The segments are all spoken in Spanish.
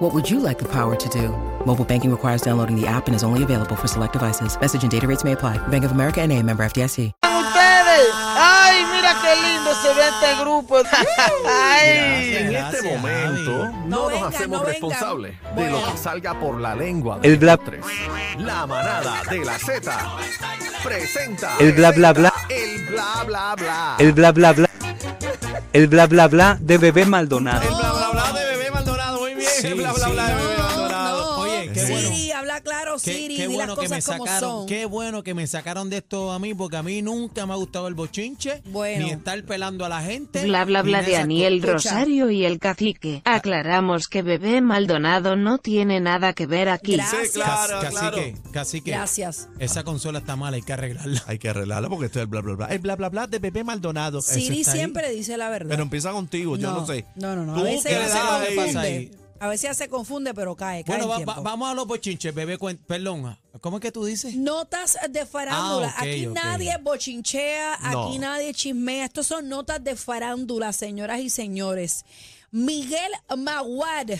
What would you like the power to do? Mobile banking requires downloading the app and is only available for select devices. Message and data rates may apply. Bank of America and a member FDIC. ustedes. Ay, mira qué lindo se ve este grupo. Ay. en Gracias, este momento no, nos vengan, hacemos no vengan. responsables de Bueno. lo que salga por la lengua. El bla 3. La manada de la Z presenta El bla, bla, bla. El bla bla bla. El bla bla bla. El bla bla bla de bebé Maldonado. El bla, bla, bla de bebé Maldonado, muy bien. Sí, bla, bla, sí. bla de bebé No, Maldonado. no. Oye, qué bueno. Siri, habla claro, Qué, Siri, qué di bueno las que me cosas como sacaron, son. qué bueno que me sacaron de esto a mí, porque a mí nunca me ha gustado el bochinche, Bueno. ni estar pelando a la gente. Bla bla ni bla nada de esas Aniel escucha. Rosario y el cacique. Aclaramos que bebé Maldonado no tiene nada que ver aquí. Gracias. cosas. Claro, Cas- cacique, cacique, Gracias. esa consola está mala, hay que arreglarla. Hay que arreglarlo porque esto es el bla bla bla. El bla bla bla de Pepe Maldonado. Siri está ahí. siempre dice la verdad. Pero empieza contigo, yo no sé. No, no, no. A Tú, veces ¿qué ella le se das ahí? confunde. ahí? A veces ella se confunde, pero cae, cae Bueno, en va- tiempo. va- vamos a los bochinches, bebé, cuen- perdón, ah, ¿cómo es que tú dices? Notas de farándula. Ah, ok, aquí ok. nadie bochinchea, No. aquí nadie chismea. Estos son notas de farándula, señoras y señores. Miguel Maguad,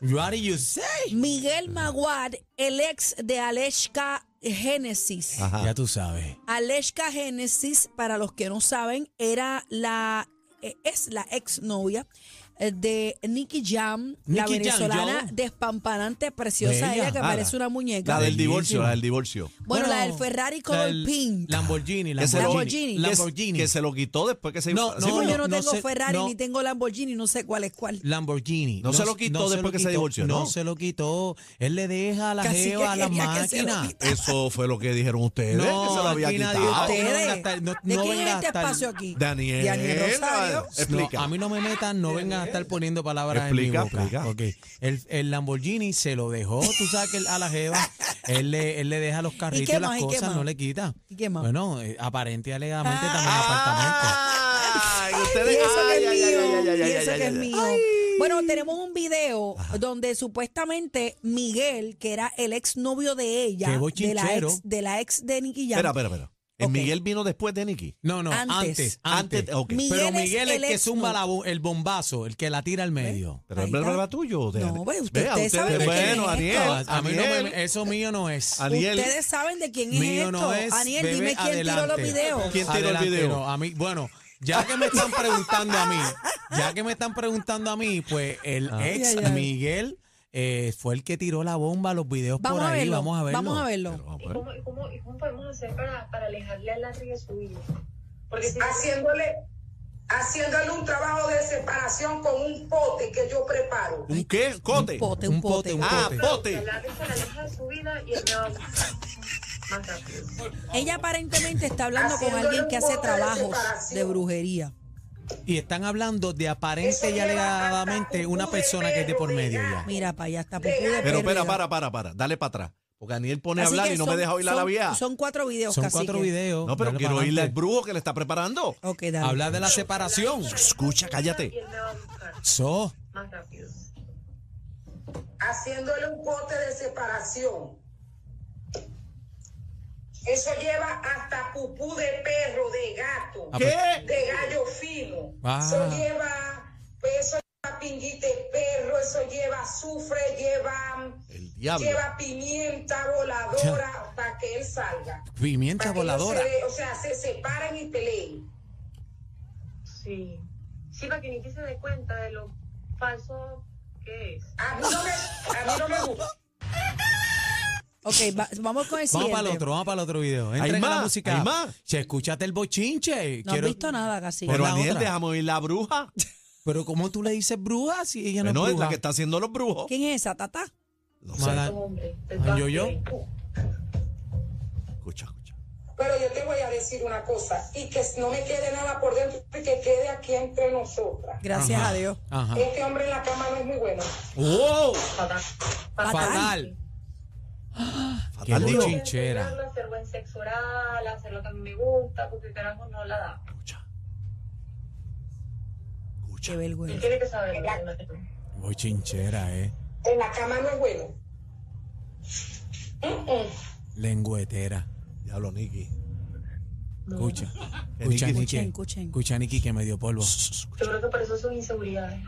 What do you say? Miguel Maguad, el ex de Aleshka Genesis. Ajá. Ya tú sabes. Aleshka Genesis, para los que no saben, era la eh, es la exnovia eh, de Nicky Jam, la Nicky Jam, venezolana yo. despampanante, preciosa Bella, ella que ah, parece una La muñeca. del Bellísima. divorcio, la del divorcio. bueno, la del Ferrari la color del pink. Lamborghini, Que se lo- Lamborghini. Lamborghini. que- Lamborghini. Que se lo quitó después que se No, sí, No, bueno. yo no, no tengo sé, Ferrari no. ni tengo Lamborghini, no sé cuál es cuál. Lamborghini. No se lo quitó se después que se quitó, divorció, No ¿no? se lo quitó. Él le deja la Casi que jeva a la quería que se lo máquina. quitara. Eso fue lo que dijeron ustedes. que se lo había aquí nadie- quitado. aquí no Ustedes, venga a estar- no- ¿De no quién venga a es este estar- espacio aquí? Daniel. Daniel Rosario. Explica. No, a mí no me metan, no vengan a estar poniendo palabras Explica, en mi boca. explica. Ok. El, el Lamborghini se lo dejó, tú sabes que él- a la jeva, él le, él le deja los ¿Y carritos qué y las más? ¿Y qué cosas, más? no le quita. ¿Y qué más? Ah. Bueno, eh, aparente y alegadamente también apartamento. Ay, Y ustedes. eso ay, que es ay, ay, mío, ay, ay, y ay, eso ay, que es ay, mío. Bueno, tenemos un video donde supuestamente Miguel, que era el exnovio de Qué ella, de la, bochinchero. ex, de la ex de Nicky Jam, Espera, espera, espera. ¿El Ok. Miguel vino después de Nicky? No, no, Antes. antes. Antes. Antes, ok. Miguel Pero es Miguel es el el que ex, zumba no. la bo- el bombazo, el que la tira al medio. ¿Pero el Ahí bla está. bla bla tuyo? o de No, Daniel? ve, usted- Vea, ustedes saben de quién Bueno, es Daniel. esto. No, a mí no me- Daniel, eso mío no es. Daniel. ustedes saben de quién es Mío esto. no es. Aniel, bebé, dime quién tiró los adelante. videos. ¿Quién tiró el Adelante, video? no, a mí, bueno, ya que me están preguntando a mí, ya que me están preguntando a mí, pues el Ah. ex Ay, ay, ay. Miguel eh, fue el que tiró la bomba, los videos Vamos por a, ahí, verlo, vamos a verlo. Vamos a verlo. Pero, ¿Y cómo, y cómo, y cómo podemos hacer para, para alejarle a Larry de su vida? Porque si haciéndole, haciéndole un trabajo de separación con un pote que yo preparo. ¿Un qué? Un ¿Cote? pote, Un un pote, pote. un Ah, pote. pote. a Larry se la aleja de su vida y él me va a buscar más rápido. Ella aparentemente está hablando con Haciéndole alguien que un hace pote de trabajos de separación. brujería. Y están hablando de Eso aparente y lleva alegadamente hasta una pupú de persona que es de por perro, medio ya. mira. Mira, para allá está. pupú de Pero Pero espera, pérdida. para, para, para. Dale para atrás. Porque Daniel pone a Así hablar que y no son- me deja oír la son- vía. Son cuatro videos, Son cacique. cuatro videos. No, pero dale quiero para oírle al adelante. brujo que le está preparando. Ok, dale. Habla de la separación. Escucha, Y cállate. él me va a buscar So, más rápido. Haciéndole un pote de separación. Eso lleva hasta pupú de perro, de gato, Ah, ¿Qué? de gallo fino. Ah. Eso lleva, pues, eso lleva pinguite de perro, eso lleva azufre, lleva, El diablo. lleva pimienta voladora para que él salga. pimienta Para que ellos voladora. se de- o sea, se separan y peleen. Sí. Sí, para que Nicky se dé cuenta de lo falso que es. A mí no me, a mí no me gusta. Ok, va- vamos con el Vamos siguiente. para el otro, vamos para el otro video. Hay Entra en la más, música. hay más. Che, escúchate el bochinche. No Quiero- has visto nada, casi. Pon Pero la Daniel, otra. déjame oír la bruja. Pero ¿cómo tú le dices bruja si ella no, No, es es la bruja? que está haciendo los brujos. ¿Quién es esa, Tata? No sé. Mala- Hombre, te Ay, yo, yo. Uh, Escucha, escucha. Pero yo te voy a decir una cosa, y que no me quede nada por dentro y que quede aquí entre nosotras. Gracias Ajá. a Dios. Ajá. Este hombre en la cama no es muy bueno. ¡Oh! Fatal. Fatal. Fatal. Qué Fatal, digo. bochinchera. enseñarlo a hacer buen sexo oral, a hacer lo que a mí me gusta, porque carajo no la da. Escucha. Qué Escucha. Él vergüenza. tiene que saberlo. igual que tú. Bochinchera, eh. En la cama no es bueno. Lengüetera. Diablo, Nicky. Escucha. Que Nicky- Escucha, Niki. Escuchen, escuchen. Escucha, Niki, que me dio polvo. Yo creo que por eso son inseguridades.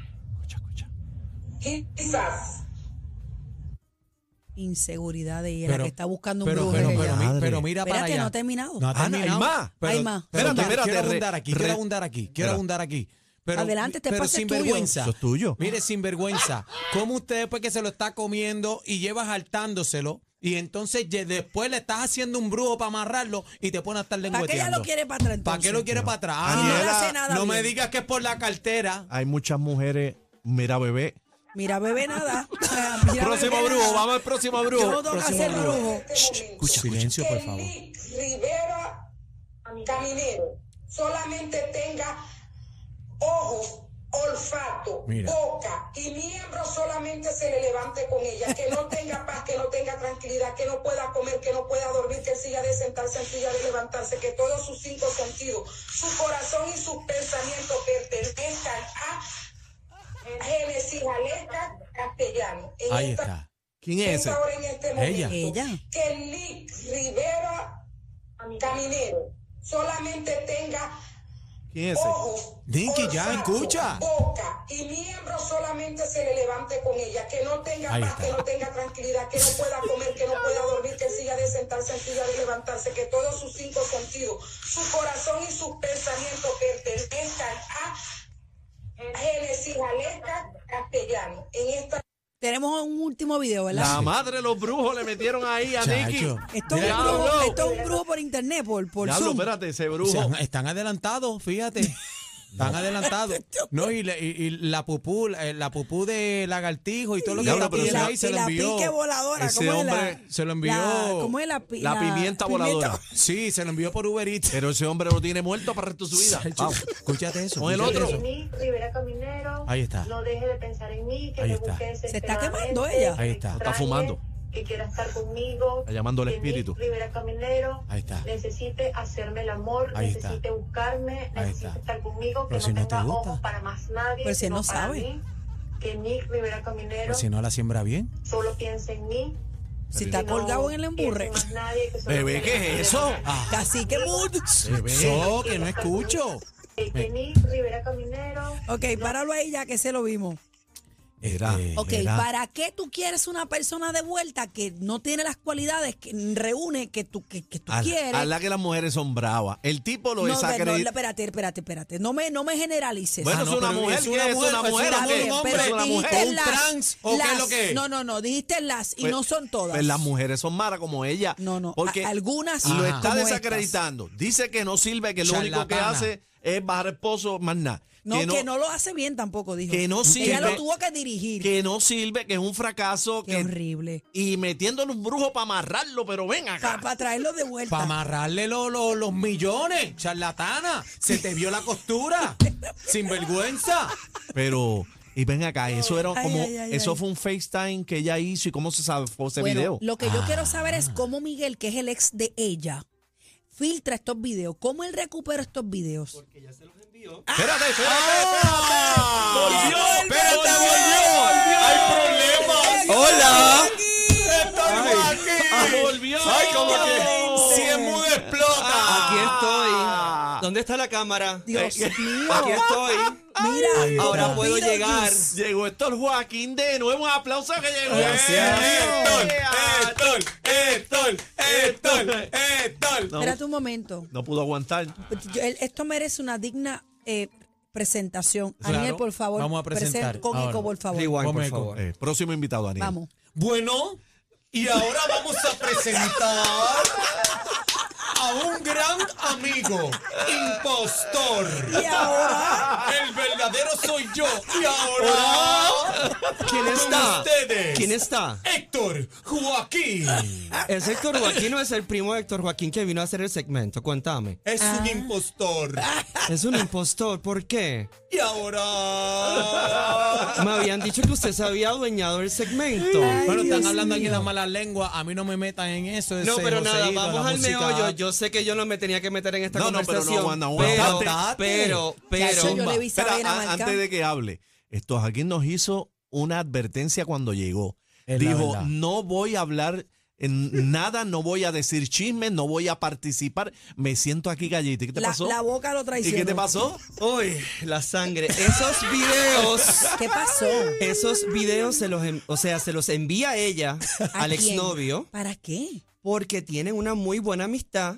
Escucha, escucha. Quizás. Inseguridad de ella, la que está buscando un pero, brujo. pero, es pero, ella. mi- Madre. pero mira para Espérate, allá. no ha terminado. No ha Ah, no, hay terminado. más. Pero, Hay más. pero Espérate, quiero- espérate, re- Quiero abundar aquí, re- quiero abundar aquí, quiero Espera. abundar aquí. Pero, Adelante, este pero espacio sin es tuyo. vergüenza. Eso es tuyo. Mire, sin vergüenza. ¿Cómo usted después que se lo está comiendo y llevas hartándoselo y entonces ye- después le estás haciendo un brujo para amarrarlo y te pone a estar ¿Para lengüeteando? qué ella lo quiere para atrás ¿Para entonces? qué lo quiere para atrás? Y no le Daniela, hace nada no me bien. digas que es por la cartera. Hay muchas mujeres. Mira, bebé. Mira, bebé, nada. Mira, próximo bebé, brujo, nada. vamos al próximo brujo. Yo no tengo que Próximo hacer brujo. brujo. Este Escucha, silencio, por favor. Nick Rivera Caminero solamente tenga ojos, olfato, Mira. boca y miembro solamente se le levante con ella, que no tenga paz, que no tenga tranquilidad, que no pueda comer, que no pueda dormir, que siga de sentarse, en silla de levantarse, que todos sus cinco sentidos, su corazón y sus pensamientos pertenezcan a Génesis Aleja Castellano. En Ahí esta- está. ¿Quién es ese? ahora en este momento Ella. Ella. que Lick Rivera Caminero solamente tenga ¿Quién es ese? ojos, Nicky, ya, olfato, escucha. boca y miembro solamente se le levante con ella, que no tenga Ahí paz, está. que no tenga tranquilidad, que no pueda comer, que no pueda dormir, que siga de sentarse, en silla de levantarse, que todos sus cinco sentidos, su corazón y sus pensamientos pertenezcan a Génesis Aleja Castellano. En esta Tenemos un último video, ¿verdad? La madre de los brujos le metieron ahí a Nicky. Chacho. Esto es, un Diablo. grupo, esto es un grupo por internet, por, por Diablo, Zoom. espérate, ese O sea, brujo. están adelantados, fíjate. Están adelantados. No, y la, y- y la pupú, eh, la pupú de lagartijo y todo lo que Diablo, está pero y pidiendo la, ahí se y lo la envió. pique voladora, Ese ¿cómo es la- hombre se lo envió. la- ¿Cómo es la, pi- La pimienta voladora. Sí, se lo envió por Uber Eats. Pero ese hombre lo tiene muerto para el resto de su vida. Chacho, Vamos. Escúchate eso. Con el escúchate otro. eso. Mí, Rivera Caminero. Ahí está. No deje de pensar en mí, que Ahí me está. busque Se está quemando desesperadamente, ella. que Ahí está. me Está extrañe, fumando. Que quiera estar conmigo. Está llamando al Que Nick espíritu. Rivera Caminero. Ahí está. Necesite hacerme el amor, Ahí está. necesite buscarme, Ahí necesite está. estar conmigo, que Pero no si no te tenga gusta. ojos para más nadie. Pero Pues si él sino no para sabe. mí. Que Nick Rivera Caminero Pero Pues si no la siembra bien. solo piense en mí. Si está que no colgado en el emburre. piense en más nadie, que solo Bebé, ¿qué es eso? Ah, Casi que eso, que no escucho. Eh, que Nick Rivera Caminero. Ok, páralo ahí ya que se lo vimos. Era. Este, Ok, era- ¿para qué tú quieres una persona de vuelta que no tiene las cualidades que reúne que tú, que, que tú A, quieres? a la que las mujeres son bravas. El tipo lo no, no, no, desacredita. espérate, espérate, espérate. No me, no me generalices. Bueno, Ah, es no, una pero mujer, es ¿qué una es? mujer, ¿Una es mujer Está o qué? mujer, bien, un hombre, pero es una dijiste mujer, un las- trans, o qué es lo las- que es? No, no, no, dijiste las y Pues- no son todas. Pues las mujeres son malas como ella. No, no, Porque a- algunas lo Ajá. está como desacreditando. Dice que no sirve, que lo único que Charlatana. hace es bajar el pozo, más nada. No, que no, lo hace bien tampoco, dijo. que no Ella sirve. lo tuvo que dirigir. que no sirve, que es un fracaso. Qué que- horrible. y metiéndole un brujo para amarrarlo, pero ven acá. Para traerlo de vuelta. Para amarrarle lo- lo- los millones, charlatana. Se te vio la costura. Sin vergüenza. Pero, y ven acá, eso era Ay, como, ay, ay, eso ay. fue un FaceTime que ella hizo y cómo se sabe fue ese Bueno, video. Ah. Lo que yo quiero saber es cómo Miguel, que es el ex de ella, filtra estos videos. ¿Cómo él recupera estos videos? Espérate, espérate, espérate. ¡Volvió! Ah. Espérate, ¡Volvió! volvió. Hay problemas. Hola. Estamos aquí. Ah, volvió. Ay, como que si es muy explota. Ah, Aquí estoy. ¿Dónde está la cámara? Dios Eh, mío. Aquí estoy. Mira, Ahora como puedo Beetlejuice. llegar. Llegó Héctor Joaquín de nuevo. Un aplauso que llegó. Héctor, Héctor, Héctor, Héctor. Espérate un momento. No pudo aguantar. Yo- él- Esto merece una digna eh, presentación. Claro. Daniel, por favor. Vamos a presentar. presenta Con Ahora. eco, por favor. Rewind, por Come, favor. Eh, próximo invitado, Daniel. Vamos. Bueno, y ahora vamos a presentar a a un gran amigo, impostor. ¿Y ahora? El verdadero soy yo. Y ahora. ¿Quién con está? ustedes, ¿Quién está? Héctor Joaquín. ¿Es Héctor Joaquín o es el primo de Héctor Joaquín que vino a hacer el segmento? Cuéntame. Es un impostor. Es un impostor, ¿por qué? Y ahora. Me habían dicho que usted se había adueñado del segmento. Bueno, están hablando aquí las malas lenguas. A mí no me metan en eso. No, ese pero nada, Joseito, vamos la al música. meollo. Yo sé que yo no me tenía que meter en esta No, no, pero no, conversación. Wanda, pero, aguantate. pero, pero, Chacho, yo le vi Espera, saber a a- marcar. antes de que hable, esto aquí nos hizo una advertencia cuando llegó. Es la Dijo, verdad. no voy a hablar en nada, no voy a decir chismes, no voy a participar. Me siento aquí gallito. ¿Y ¿Qué te la, pasó? la boca lo ¿Y traicionó. qué te pasó? Uy, la sangre. Esos videos. ¿Qué pasó? Esos videos se los, en- o sea, se los envía ella ¿A al quién? exnovio ¿Para qué? porque tienen una muy buena amistad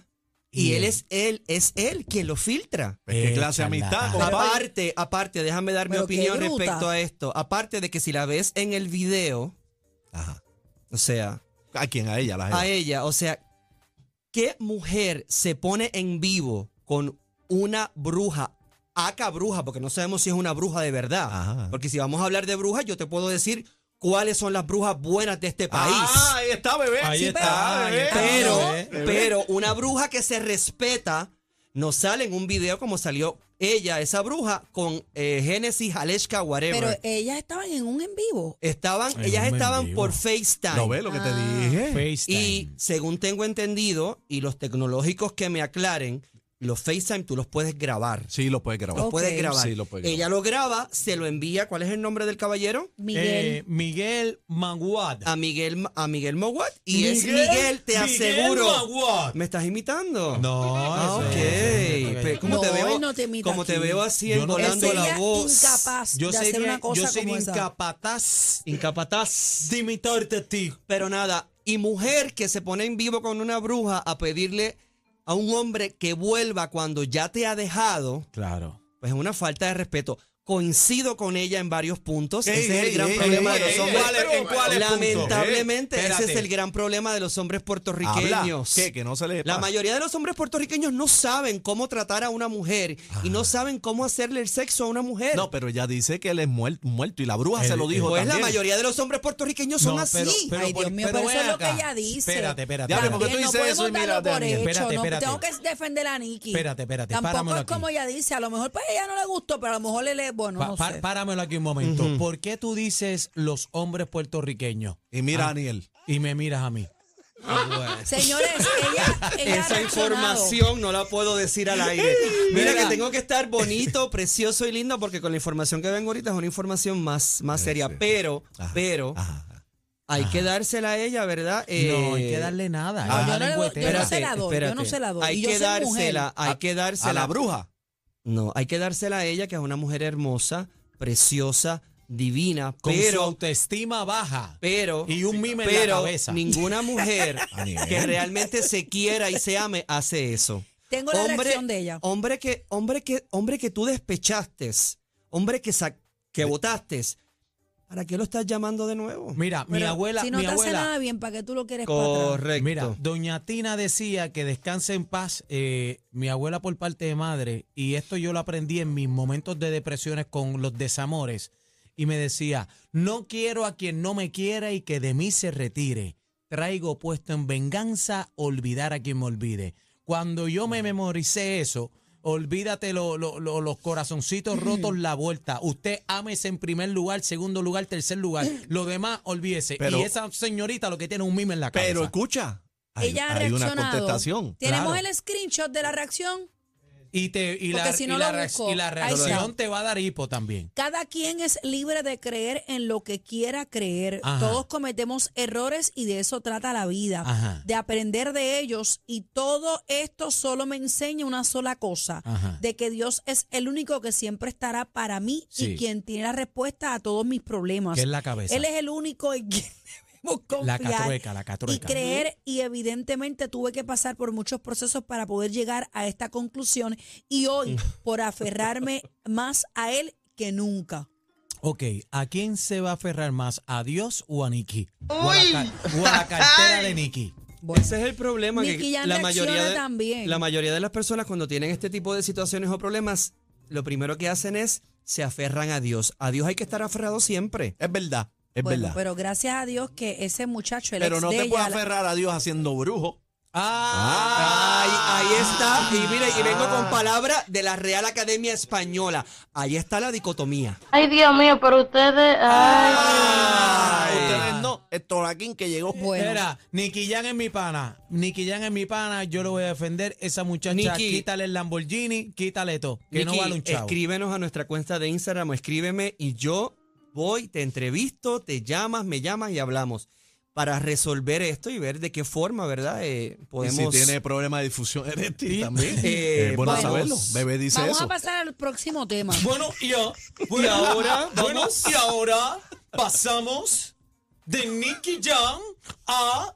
y él es él, es él quien lo filtra. Pues, ¿Qué clase de Échala. amistad, compadre? Aparte, aparte, déjame dar mi Pero qué opinión bruta. respecto a esto. Aparte de que si la ves en el video, Ajá. o sea, ¿A quién? A ella, la a gente. ella, o sea, ¿qué mujer se pone en vivo con una bruja? Aca bruja, porque no sabemos si es una bruja de verdad. Ajá. Porque si vamos a hablar de brujas, yo te puedo decir cuáles son las brujas buenas de este país. Ah, ahí está, eh. bebé. Ahí Sí, está, bebé. ahí está. Pero, Ah, pero, pero una bruja que se respeta no sale en un video como salió ella, esa bruja, con eh, Genesis, Aleshka, whatever. Pero ellas estaban en un en vivo. estaban, Ay, ellas no me estaban digo. por FaceTime. ¿No ves lo que Ah. te dije? FaceTime. Y según tengo entendido, y los tecnológicos que me aclaren, los FaceTime tú los puedes grabar. Sí, lo puedes grabar. Los Ok. puedes grabar. Sí, lo puedes grabar. Ella lo graba, se lo envía. ¿Cuál es el nombre del caballero? Miguel. Eh, Miguel Maguad. A Miguel, a Miguel Moguat. Ah, Y es Miguel- Miguel, te Miguel aseguro. Maguad. ¿Me estás imitando? No, Ah, eso ok. es- eso es- Pero ¿Cómo te No, veo? él no te imita como te aquí. veo así, Yo no- envolando Él la sería voz. incapaz. Yo de hacer sería, una cosa yo sería como esa. incapaz Incapataz. de imitarte a ti. Pero nada, y mujer que se pone en vivo con una bruja a pedirle a un hombre que vuelva cuando ya te ha dejado, Claro. pues es una falta de respeto. Coincido con ella en varios puntos. Ey, ese es ey, el gran ey, problema ey, de ey, los ¿en hombres. cuáles- en cuáles Lamentablemente, puntos? ese es Espérate. el gran problema de los hombres Habla. puertorriqueños. ¿Qué? Que no se le La pasa. mayoría de los hombres puertorriqueños no saben cómo tratar a una mujer y Ah. no saben cómo hacerle el sexo a una mujer. No, pero ella dice que él es muer- muerto y la bruja Él- se lo dijo pues también. la mayoría de los hombres puertorriqueños son No, así. pero- pero Ay, Dios por- mío, pero pero eso es ven lo que acá. ella dice. Espérate, espérate. Diablo, espérate. porque tú También dices no eso y podemos mira, darlo por Daniel. hecho, Espérate, no, espérate. Tengo que defender a Nikki. Espérate, espérate, Tampoco páramelo es aquí. como ella dice. A lo mejor pues ella no le gustó, pero a lo mejor le le bueno, Pa- no pa- sé. páramelo aquí un momento. ¿Por qué tú dices los hombres puertorriqueños Y mira, Daniel. y me miras a mí? Señores, ella, ella ha Esa reaccionado. información no la puedo decir al aire. Mira, Mira. que tengo que estar bonito, precioso y lindo porque con la información que vengo ahorita es una información más, más seria. sí. Pero, pero, Ajá. hay que dársela a ella, ¿verdad? no, hay Eh, que darle nada. No, hay que yo no darle le voy- yo lengüetera. no se la doy, yo no se la doy. Hay Y yo que soy mujer. dársela, hay que dársela. A la bruja. No, hay que dársela a ella, que es una mujer hermosa, preciosa, divina, Con su pero, autoestima baja. pero, y un mime en la pero cabeza. ninguna mujer Daniel. que realmente se quiera y se ame hace eso. Tengo la reacción de ella. Hombre que, hombre que, hombre que tú despechaste, hombre que, sa- que votaste, ¿para qué lo estás llamando de nuevo? Mira, mi Pero abuela, si no mi te hace abuela. nada bien, ¿para qué tú lo quieres para atrás? Correcto. Mira, doña Tina decía que descanse en paz eh, mi abuela por parte de madre y esto yo lo aprendí en mis momentos de depresiones con los desamores y me decía, no quiero a quien no me quiera y que de mí se retire. Traigo puesto en venganza olvidar a quien me olvide. Cuando yo me memoricé eso, olvídate lo- lo- lo- los corazoncitos rotos la vuelta. Usted ámese en primer lugar, segundo lugar, tercer lugar. Lo demás, olvídese. Pero- y esa señorita lo que tiene es un mime en la cabeza. Pero escucha. Hay, Ella ha hay una reaccionado. contestación. Tenemos Claro. el screenshot de la reacción. Y, te, y, Porque la, si y no la lo reac- busco, y la ahí reacción está. te va a dar hipo también. Cada quien es libre de creer en lo que quiera creer. Ajá. Todos cometemos errores y de eso trata la vida, Ajá. de aprender de ellos. Y todo esto solo me enseña una sola cosa, Ajá. de que Dios es el único que siempre estará para mí Sí. y quien tiene la respuesta a todos mis problemas. Que es la cabeza. Él es el único en quien debemos la confiar. catrueca, la y catrueca. creer y evidentemente tuve que pasar por muchos procesos para poder llegar a esta conclusión y hoy por aferrarme más a él que nunca. Ok, ¿a quién se va a aferrar más? ¿A Dios o a Nicky? ¿O a la, Uy. ca- o a la cartera de Nicky? Ese es el problema Nicky que Jam la reacciona mayoría, de, también. la mayoría de las personas cuando tienen este tipo de situaciones o problemas, lo primero que hacen es se aferran a Dios. A Dios hay que estar aferrado siempre. Es verdad, es Bueno, verdad. pero gracias a Dios que ese muchacho, el Pero ex no de te ella, puedes la- aferrar a Dios haciendo brujo. Ah. Ahí está, y mire, y vengo con palabras de la Real Academia Española. Ahí está la dicotomía. Ay, Dios mío, pero ustedes. Ustedes no, el toraquín que llegó. Era, Nicky Jan es mi pana. Nicky Jan es mi pana. Yo lo voy a defender. Esa muchacha, Nicky. quítale el Lamborghini, quítale todo. Que no Nicky, vale un chavo. Escríbenos a nuestra cuenta de Instagram, o escríbeme y yo voy, te entrevisto, te llamas, me llamas y hablamos para resolver esto y ver de qué forma, ¿verdad? Eh, Y podemos. si tiene problema de difusión eréctil también. Eh, es bueno vamos. saberlo. Bebé dice Vamos eso. a pasar al próximo tema. Bueno, y, a- y Bueno, ahora, bueno, vamos. y ahora pasamos de Nicky Jam a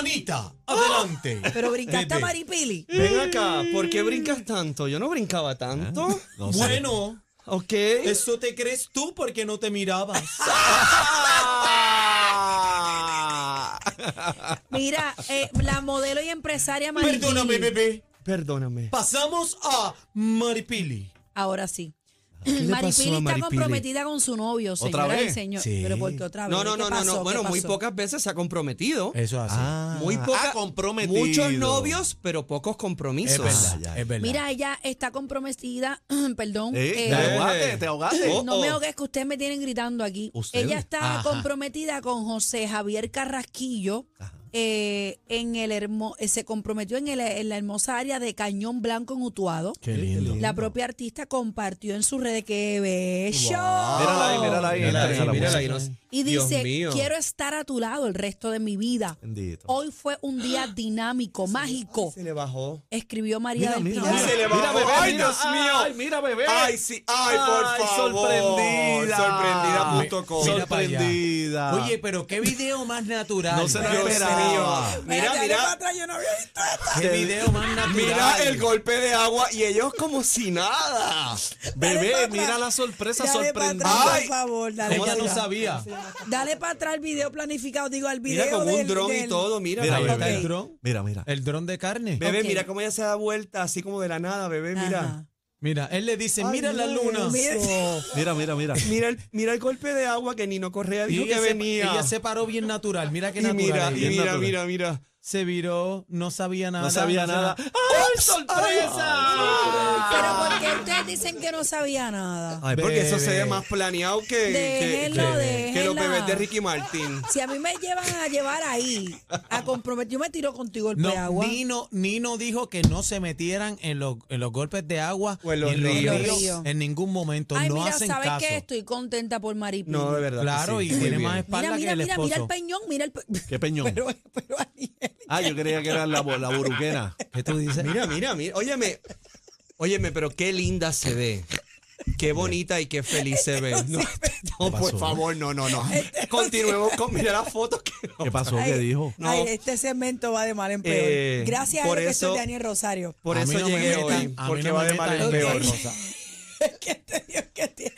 Anita. Adelante. Pero brincaste a Vete. Maripili. Ven acá, ¿por qué brincas tanto? Yo no brincaba tanto. Ah, No sé. Bueno, Ok. eso te crees tú porque no te mirabas. Mira, eh, la modelo y empresaria Maripili. Perdóname, bebé. Perdóname. Pasamos a Maripili. ahora sí. le pasó a Maripili está Maripili? comprometida con su novio, ¿Otra señora y vez? señor. Sí. Pero porque otra vez. No, no, ¿Qué no, no, pasó? no. ¿Qué Bueno, muy pasó? pocas veces se ha comprometido. Eso así. Ah, Muy poca- ah, comprometido. Muchos novios, pero pocos compromisos. es verdad, ya, es verdad. Mira, ella está comprometida, perdón. Eh, eh, Te ahogaste, te ahogaste. Oh, No oh. me ahogues que ustedes me tienen gritando aquí. Ustedes. Ella está Ajá. comprometida con José Javier Carrasquillo. eh, en el hermo- eh, se comprometió en, el- en la hermosa área de Cañón Blanco en Utuado. Qué lindo. La propia artista compartió en su red que bello. Mírala ahí, mírala ahí. entra Mírala ahí, en la mírala ahí, música. no sé. Y Dios dice, mío. quiero estar a tu lado el resto de mi vida. Bendito. Hoy fue un día dinámico, mágico, Se le bajó. escribió María del Pilar. mira. Se le bajó. Ay, Dios mío. Ay, mira, bebé. Ay, sí. Ay, por Ay, favor. sorprendida. Sorprendida.com. Mira para allá. Sorprendida. Oye, pero qué video más natural. No se la Dios esperaba. mío. Mira, Espérate, dale para mira. atrás, yo no había visto esto. Qué video más natural. Mira el golpe de agua y ellos como si nada. Bebé, Dale pa' mira atrás. la sorpresa Dale para sorprendida. atrás, por Ay. favor. Dale Ella para no atrás. sabía. Dale para atrás el video planificado, digo, al video Mira con un del- dron y del- todo. Mira, Mira, ahí bebé. está el Ok. dron. dron. Mira, mira. El dron de carne. Bebé, Ok. mira cómo ella se da vuelta así como de la nada, bebé. Mira. Ajá. Mira, él le dice, mira la luna. Mira. Mira, mira, mira. Mira el, mira el golpe de agua que Nino Correa Y dijo que ella, se, venía. ella se paró bien natural. Mira qué y natural. mira, ella. y mira, natural. mira, mira. Se viró, no sabía nada. No sabía nada. ¡Ay, sorpresa! Pero porque ustedes dicen que no sabía nada. Ay, porque eso se ve Bebé. más planeado que, que, Déjenlo, que- que los déjenla. bebés de Ricky Martin. Si a mí me llevan a llevar ahí, a comprometer, yo me tiro contigo el de No, agua. Nino, Nino dijo que no se metieran en los, en los golpes de agua O en los y ríos. En los ríos. en ningún momento. Ay, no mira, hacen ¿sabes caso. qué? Estoy contenta por Maripili. No, de verdad. que Claro, sí, y muy tiene bien. más espalda Mira, que mira, el mira, esposo. mira el peñón, mira el pe- Qué peñón. Pero, pero Aniel, Ah, yo creía que era la, bo- la buruquena. ¿Qué tú dices? "Ah, Mira, mira, mira. Óyeme, óyeme, pero qué linda se ve. Qué bonita y qué feliz se ve. No, no, por favor, no, no, no. Continuemos con mirar las fotos que ¿Qué pasó? Ay. ¿Qué dijo? No. Ay, este segmento va de mal en peor. Eh, Gracias a por Dios que eso- soy Daniel Rosario. Por A mí eso no me llegué metan, hoy, a mí porque no va me de mal metan en en peor. eso. que te digo que te-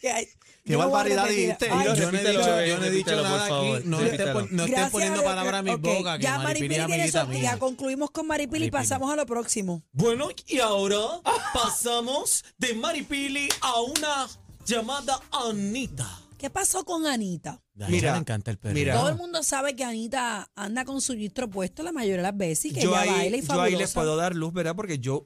que hay- Qué yo no voy a barbaridad repetir. dijiste. Ay, Yo Yo no he Repítelo, dicho, bebé, yo no he dicho repítelo, por nada favor, aquí. No, estés repítelo. pon- no estés gracias poniendo a Dios palabras a que- mis ok, bocas. Que Maripili Ya es Maripili tiene amiguita eso. Ya mía. concluimos con Maripili y Maripili. pasamos a lo próximo. Bueno, y ahora Ah. pasamos de Maripili a una llamada Anita. ¿Qué pasó con Anita? A ella Mira, le encanta el perreo. mira. Todo el mundo sabe que Anita anda con su gistro puesto la mayoría de las veces y que yo ella ahí, baila y yo ahí les fabulosa. puedo dar luz, ¿verdad? Porque yo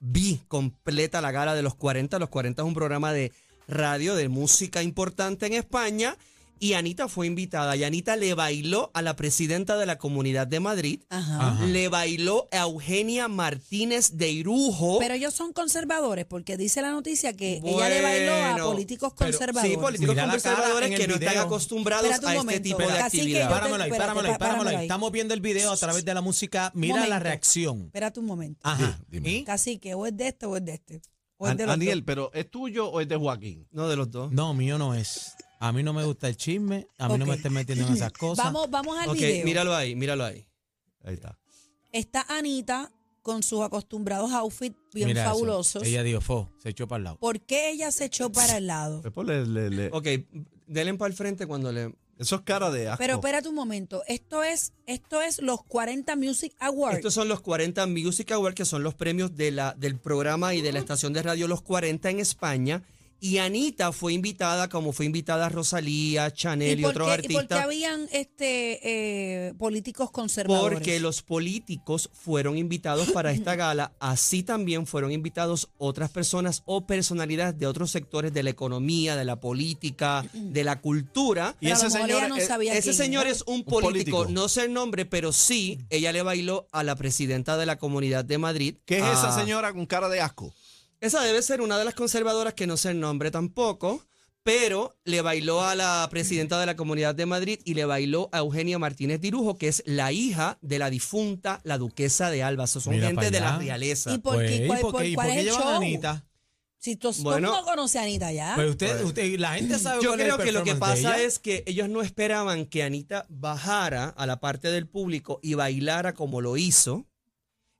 vi completa la gala de los 40. Los 40 es un programa de radio de música importante en España. Y Anita fue invitada. Y Anita le bailó a la presidenta de la Comunidad de Madrid. Ajá. Ajá. Le bailó a Eugenia Martínez de Irujo. Pero ellos son conservadores porque dice la noticia que ella le bailó a Bueno, políticos pero- conservadores. sí, políticos Mira la cara conservadores en que el no están video. acostumbrados Espérate un a este momento. tipo de Cacique, actividad. yo- Páramelo ahí, Espérate, páramelo ahí, pa- páramelo páramelo ahí. ahí. Estamos viendo el video a través de la música. Mira la momento. reacción. Espérate un momento. Ajá. dime. ¿Y? Casi que o es de este o es de este. O es An- de los Aniel, dos. pero ¿es tuyo o es de Joaquín? No, de los dos. No, mío no es. A mí no me gusta el chisme. A mí no me Ok. estén metiendo en esas cosas. Vamos, vamos al ok, video. míralo ahí, míralo ahí. Ahí está. Está Anita con sus acostumbrados outfits bien Mira eso. fabulosos. Ella dijo, fo, se echó para el lado. ¿Por qué ella se echó para el lado? Después le- le- le- Ok, denle para el frente cuando le... Eso es cara de asco. Pero espérate un momento, esto es, esto es los 40 Music Awards. Estos son los 40 Music Awards, que son los premios de la, del programa y de la estación de radio Los 40 en España. Y Anita fue invitada, como fue invitada Rosalía, Chanel y, por otros qué- ¿Y por qué artistas, habían este, eh, políticos conservadores? porque los políticos fueron invitados para esta gala. Así también fueron invitados otras personas o personalidades de otros sectores de la economía, de la política, de la cultura. Y Pero a ese lo mejor ella señor- no e- sabía ese quién era. señor es un Un político, político. no sé el nombre, pero sí, ella le bailó a la presidenta de la Comunidad de Madrid. ¿Qué es esa a- señora con cara de asco? esa debe ser una de las conservadoras que no sé el nombre tampoco, pero le bailó a la presidenta de la Comunidad de Madrid y le bailó a Eugenia Martínez Dirujo, que es la hija de la difunta, la duquesa de Alba. Eso son Mira gente para de la allá. realeza. ¿Y por qué? Pues, ¿y ¿Cuál- por por- qué, y cuál por es qué el llevan show? a Anita? Si tú, todo el Bueno. mundo conoce a Anita ya. Pues usted, usted, la gente sabe Ah. Yo cuál es el creo que lo que performance de pasa ella. es que ellos no esperaban que Anita bajara a la parte del público y bailara como lo hizo.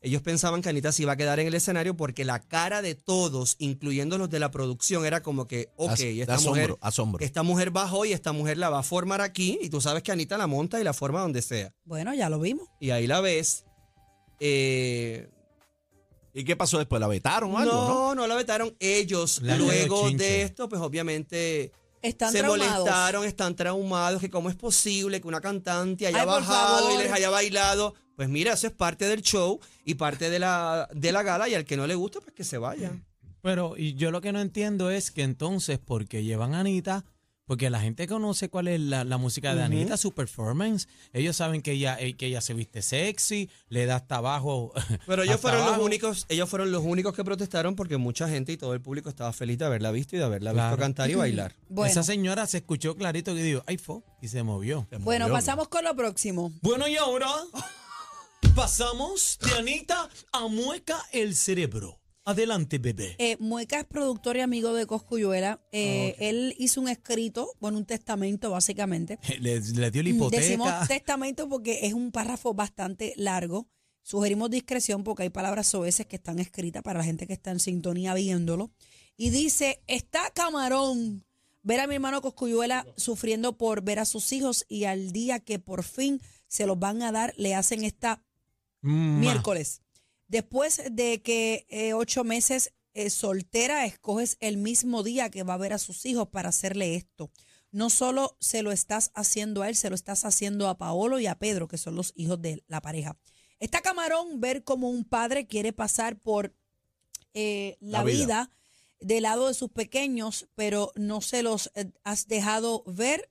Ellos pensaban que Anita se iba a quedar en el escenario porque la cara de todos, incluyendo los de la producción, era como que, ok, As- esta asombro, mujer, asombro. esta mujer bajó y esta mujer la va a formar aquí y tú sabes que Anita la monta y la forma donde sea. Bueno, ya lo vimos. Y ahí la ves. eh, ¿Y qué pasó después? ¿La vetaron o algo? no, No. no, la vetaron ellos. Le han dado Luego chinche. de esto, pues obviamente Están se traumados. molestaron, están traumados, que cómo es posible que una cantante haya Ay, por bajado y favor. les haya bailado. Pues mira, eso es parte del show y parte de la, de la gala y al que no le gusta, pues que se vaya. Pero y yo lo que no entiendo es que entonces, ¿por qué llevan a Anita? Porque la gente conoce cuál es la, la música Ujú. de Anita, su performance. Ellos saben que ella, eh, que ella se viste sexy, le da hasta abajo. Pero ellos hasta fueron los abajo. únicos, ellos fueron los únicos que protestaron porque mucha gente y todo el público estaba feliz de haberla visto y de haberla Claro. visto cantar y bailar. Bueno. Esa señora se escuchó clarito que dijo, ay, fo, y se movió. Bueno, pasamos con lo próximo. Bueno, y ahora pasamos de Anita a Mueca el Cerebro. Adelante, bebé. Eh, Mueca es productor y amigo de Coscuyuela. Eh, Él hizo un escrito, bueno, un testamento básicamente. Le, le dio la Mm, hipoteca. Decimos testamento porque es un párrafo bastante largo. Sugerimos discreción porque hay palabras soeces que están escritas para la gente que está en sintonía viéndolo. Y dice, está camarón. Ver a mi hermano Coscuyuela sufriendo por ver a sus hijos y al día que por fin se los van a dar, le hacen esta Mm, miércoles. Después de que eh, ocho meses eh, soltera, escoges el mismo día que va a ver a sus hijos para hacerle esto. No solo se lo estás haciendo a él, se lo estás haciendo a Paolo y a Pedro, que son los hijos de la pareja. Está camarón ver cómo un padre quiere pasar por eh, la, La vida. vida. del lado de sus pequeños, pero no se los eh, has dejado ver.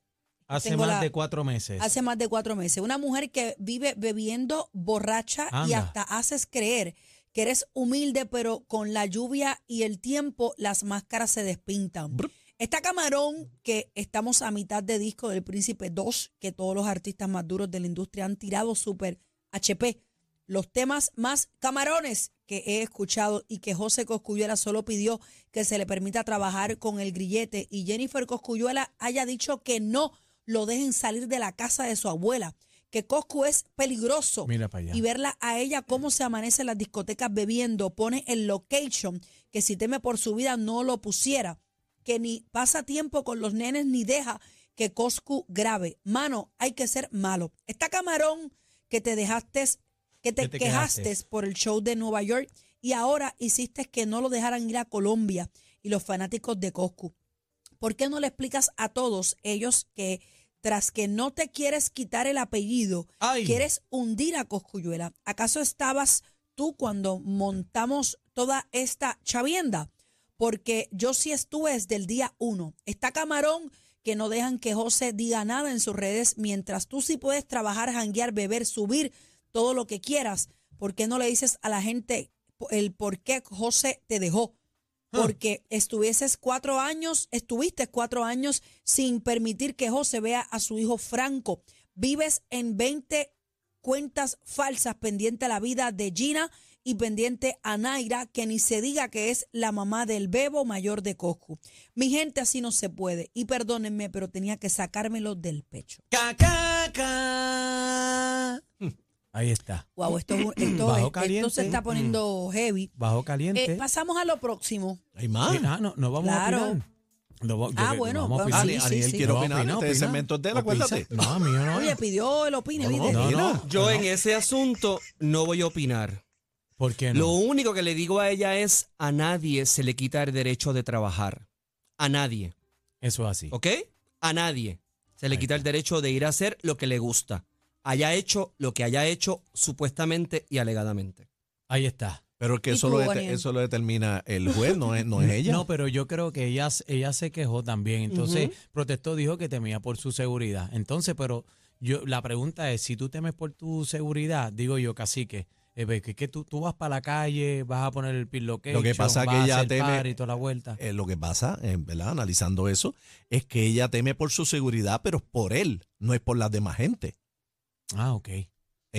Hace Tengo más la- de cuatro meses. Hace más de cuatro meses. Una mujer que vive bebiendo borracha y Anda. hasta haces creer que eres humilde, pero con la lluvia y el tiempo las máscaras se despintan. Está Camarón, que estamos a mitad de disco del Príncipe 2, que todos los artistas más duros de la industria han tirado super HP. Los temas más camarones que he escuchado y que José Coscuyuela solo pidió que se le permita trabajar con el grillete y Jennifer Coscuyuela haya dicho que no lo dejen salir de la casa de su abuela, que Coscu es peligroso Mira para allá. y verla a ella cómo se amanece en las discotecas bebiendo, pone el location, que si teme por su vida no lo pusiera, que ni pasa tiempo con los nenes ni deja que Coscu grave. Mano, hay que ser malo. Está camarón que te dejaste, que te, Que te quejaste quejaste. por el show de Nueva York y ahora hiciste que no lo dejaran ir a Colombia y los fanáticos de Coscu. ¿Por qué no le explicas a todos ellos que tras que no te quieres quitar el apellido, quieres hundir a Coscuyuela? ¿Acaso estabas tú cuando montamos toda esta chavienda? Porque yo sí estuve desde el día uno. Está camarón que no dejan que José diga nada en sus redes, mientras tú sí puedes trabajar, janguear, beber, subir, todo lo que quieras. ¿Por qué no le dices a la gente el por qué José te dejó? porque estuvieses cuatro años, estuviste cuatro años sin permitir que José vea a su hijo Franco. Vives en 20 cuentas falsas pendiente a la vida de Gina y pendiente a Naira, que ni se diga que es la mamá del bebo mayor de Coscu. Mi gente, así no se puede. Y perdónenme, pero tenía que sacármelo del pecho. Ahí está. Wow, esto, es un- esto Bajo es- esto caliente. se está poniendo heavy. Bajo Eh, caliente. pasamos a lo próximo. Ah. Hay más. no, no vamos claro. a opinar. No, yo- Ah, yo- bueno, vamos a pues, opinar. sí, Dale, sí, Ariel, sí. quiero No, opinar, opina, este opina. segmento es de él, Opina. acuérdate. No, mío no. Oye, pidió el opine, Oh, ¿viste? no, no. Yo en ese asunto no voy a opinar. ¿Por qué no? Lo único que le digo a ella es a nadie se le quita el derecho de trabajar. A nadie, Eso es así. ¿ok? A nadie se le quita el derecho de ir a hacer lo que le gusta. Haya hecho lo que haya hecho supuestamente y alegadamente. Ahí está. Pero es que ¿Y eso tú, lo, dete- Daniel? eso lo determina el juez, no es, no es ella. No, pero yo creo que ella, ella se quejó también. Entonces, Ujú. protestó, dijo que temía por su seguridad. Entonces, pero yo la pregunta es, si tú temes por tu seguridad, digo yo, cacique, eh, ve que, que tú, tú vas para la calle, vas a poner el pirloqueo, Lo que pasa que ella teme- y toda la vuelta. Eh, lo que pasa, eh, ¿verdad? Analizando eso, es que ella teme por su seguridad, pero es por él, no es por las demás gente. Ah, ok. O sea, que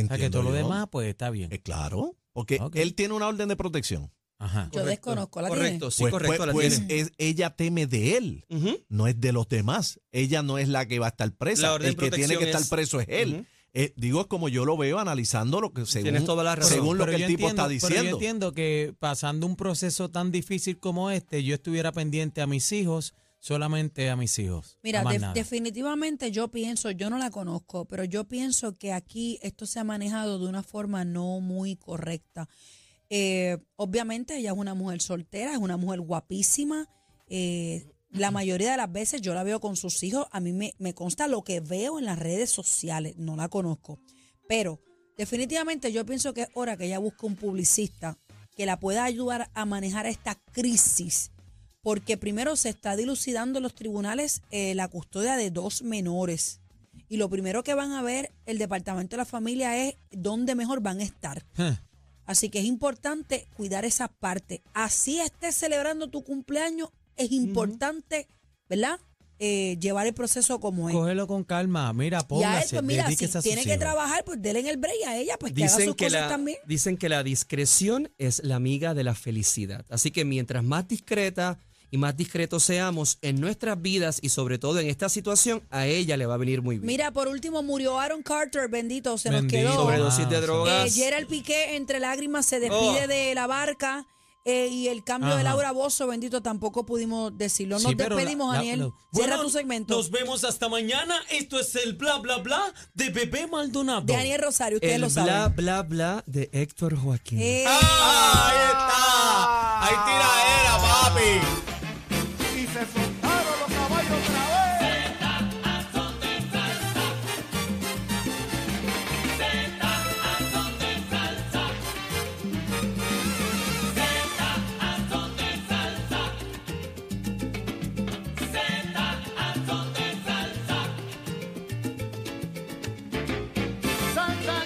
Entiendo todo lo yo. demás, pues está bien. Eh, claro, porque Ok. él tiene una orden de protección. Ajá. Yo desconozco, ¿la tiene? Correcto, sí, Pues- correcto, pues- la pues tiene. es- ella teme de él, Ujú. no es de los demás. Ella no es la que va a estar La presa. orden El de que tiene que protección estar es- preso es él. Ujú. Eh, digo, es como yo lo veo analizando lo que según, Tienes toda la razón. según lo Pero que el yo tipo está entiendo- Pero yo diciendo. entiendo que pasando un proceso tan difícil como este, yo estuviera pendiente a mis hijos, solamente a mis hijos. Mira, a más de- nada. definitivamente yo pienso, yo no la conozco, pero yo pienso que aquí esto se ha manejado de una forma no muy correcta. Eh, obviamente ella es una mujer soltera, es una mujer guapísima. eh, la mayoría de las veces yo la veo con sus hijos, a mí me, me consta lo que veo en las redes sociales, no la conozco. Pero definitivamente yo pienso que es hora que ella busque un publicista que la pueda ayudar a manejar esta crisis porque primero se está dilucidando en los tribunales eh, la custodia de dos menores. Y lo primero que van a ver el Departamento de la Familia es dónde mejor van a estar. Así que es importante cuidar esa parte. Así estés celebrando tu cumpleaños, es importante, ¿verdad? Eh, llevar el proceso como es. Cógelo con calma. Mira, Y a él, póngase, pues mira, si dedíquese a sus tiene que hijos. trabajar, pues denle en el break a ella, pues que haga Dicen sus que, cosas la, también. dicen que la discreción es la amiga de la felicidad. Así que mientras más discreta y más discretos seamos en nuestras vidas y sobre todo en esta situación, a ella le va a venir muy bien. Mira, por último murió Aaron Carter, bendito, se Bendito, nos quedó. Sobredosis Ah, de drogas. Eh, Gerald Piqué, entre lágrimas, se despide Oh. de la barca. eh, y el cambio de Ajá. Laura Bozo, bendito, tampoco pudimos decirlo. Nos Sí, pero despedimos, la- la- Daniel. la- Cierra Bueno, tu segmento. Nos vemos hasta mañana. Esto es el bla, bla, bla de Bebé Maldonado. De Daniel Rosario, ustedes El lo saben. bla, bla, bla de Ah, Héctor Joaquín. Eh, Ahí está. Ahí tiraera, papi.